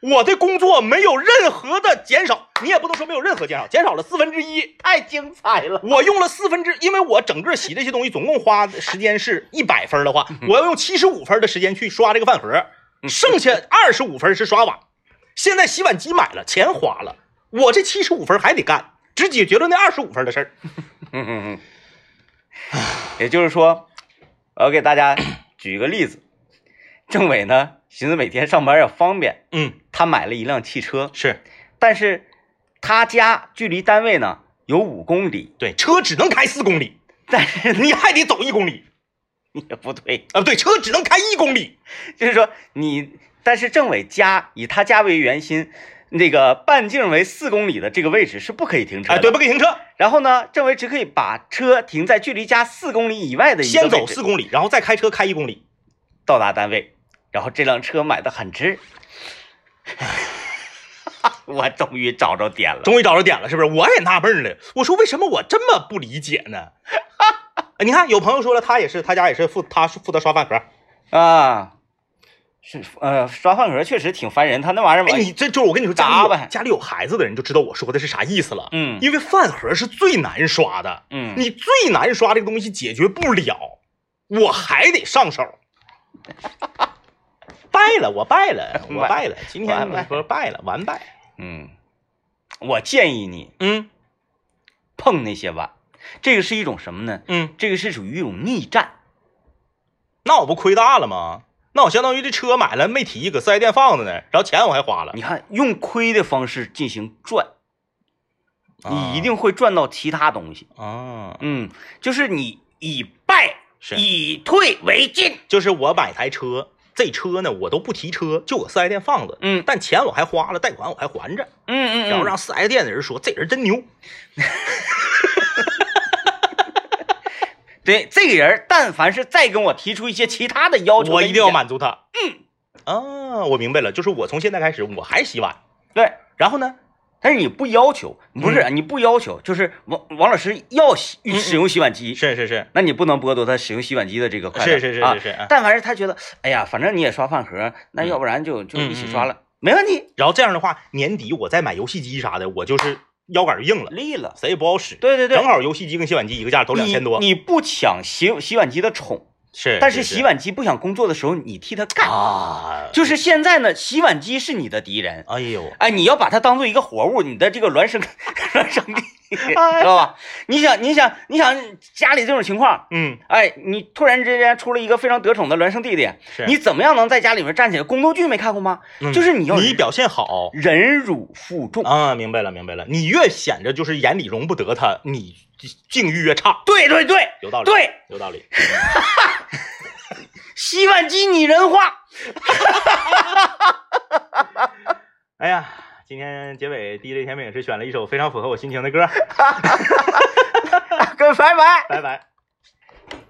Speaker 2: 我的工作没有任何的减少，你也不能说没有任何减少，减少了四分之一。
Speaker 1: 太精彩了。
Speaker 2: 我用了四分之，因为我整个洗这些东西总共花的时间是一百分儿的话，
Speaker 1: 嗯
Speaker 2: 我要用七十五分儿的时间去刷这个饭盒，剩下二十五分儿是刷碗。现在洗碗机买了，钱花了，我这七十五分儿还得干，只解决了那二十五分儿的事儿。
Speaker 1: 嗯嗯嗯。也就是说，我给大家举一个例子，政委呢寻思每天上班要方便，
Speaker 2: 嗯，
Speaker 1: 他买了一辆汽车，
Speaker 2: 是
Speaker 1: 但是他家距离单位呢有五公里，
Speaker 2: 对，车只能开四公里，
Speaker 1: 但是
Speaker 2: 你还得走一公里
Speaker 1: 也不对，
Speaker 2: 啊、对，车只能开一公里。
Speaker 1: 就是说你，但是政委家以他家为圆心。那个半径为四公里的这个位置是不可以停车
Speaker 2: 哎，
Speaker 1: 的，
Speaker 2: 对，不给停车，
Speaker 1: 然后呢，政委只可以把车停在距离家四公里以外的一个
Speaker 2: 先走
Speaker 1: 位置
Speaker 2: 四公里，然后再开车开一公里。
Speaker 1: 到达单位，然后这辆车买的很值。 我终于找着点了，
Speaker 2: 终于找着点了，是不是？我也纳闷了，我说为什么我这么不理解呢？ 哎你看，有朋友说了，他也是，他家也是负，他是负责刷饭盒。
Speaker 1: 啊，是呃，刷饭盒确实挺烦人，他那玩意儿吧
Speaker 2: 哎，你这就是我跟你说，家
Speaker 1: 打
Speaker 2: 里
Speaker 1: 扮
Speaker 2: 有家里有孩子的人就知道我说的是啥意思了。
Speaker 1: 嗯
Speaker 2: 因为饭盒是最难刷的，
Speaker 1: 嗯，
Speaker 2: 你最难刷这个东西解决不了，我还得上 手。败了，我败了，我败了，今天
Speaker 1: 完败
Speaker 2: 说败了，完败。
Speaker 1: 嗯，我建议你
Speaker 2: 嗯
Speaker 1: 碰那些碗，这个是一种什么呢？
Speaker 2: 嗯，
Speaker 1: 这个是属于一种逆战，
Speaker 2: 那我不亏大了吗？那我相当于这车买了没提，搁四 S 店放着呢，然后钱我还花了。
Speaker 1: 你看用亏的方式进行赚，你一
Speaker 2: 啊
Speaker 1: 定会赚到其他东西。
Speaker 2: 啊，
Speaker 1: 嗯，就是你以败
Speaker 2: 是
Speaker 1: 以退为进。
Speaker 2: 就是我买台车，这车呢我都不提车，就搁四 S 店放着，
Speaker 1: 嗯
Speaker 2: 但钱我还花了，贷款我还还着，
Speaker 1: 嗯
Speaker 2: 然后让四 S 店的人说这人真牛，
Speaker 1: 对这个人，但凡是再跟我提出一些其他的要求，
Speaker 2: 我一定要。满足他。嗯，啊，我明白了，就是我从现在开始我还洗碗，
Speaker 1: 对，
Speaker 2: 然后呢，
Speaker 1: 但是你不要求，不是、
Speaker 2: 嗯
Speaker 1: 你不要求，就是王王老师要洗使用洗碗机，
Speaker 2: 是是是，
Speaker 1: 那你不能剥夺他使用洗碗机的这个快乐。
Speaker 2: 是是是
Speaker 1: 啊
Speaker 2: 是是啊嗯
Speaker 1: 但凡是他觉得，哎呀，反正你也刷饭盒，那要不然就、就一起刷了，没问题，
Speaker 2: 然后这样的话，年底我再买游戏机啥的，我就是腰杆儿硬了，
Speaker 1: 立了。
Speaker 2: 谁也不好使。
Speaker 1: 对对对
Speaker 2: 正好游戏机跟洗碗机一个价，都两千多。
Speaker 1: 你你不抢洗洗碗机的宠，
Speaker 2: 是，
Speaker 1: 但是洗碗机不想工作的时候，你替他干。
Speaker 2: 啊，
Speaker 1: 就是现在呢，洗碗机是你的敌人，
Speaker 2: 哎呦，
Speaker 1: 哎，你要把它当做一个活物，你的这个孪生 孪生弟，你
Speaker 2: 哎
Speaker 1: 知道吧？你想，你想，你想家里这种情况，
Speaker 2: 嗯，
Speaker 1: 哎，你突然之间出了一个非常得宠的孪生弟弟，
Speaker 2: 是
Speaker 1: 你怎么样能在家里面站起来？宫斗剧没看过吗？
Speaker 2: 嗯
Speaker 1: 就是你要
Speaker 2: 你表现好，
Speaker 1: 忍辱负重，
Speaker 2: 啊，明白了，明白了。你越显着就是眼里容不得他，你境遇越差。
Speaker 1: 对对对，
Speaker 2: 有道理，
Speaker 1: 对，
Speaker 2: 有道理。
Speaker 1: 洗碗机拟人 化，
Speaker 2: 哎呀，今天结尾 DJ 甜饼是选了一首非常符合我心情的歌，
Speaker 1: 大哥拜拜。
Speaker 2: 拜拜。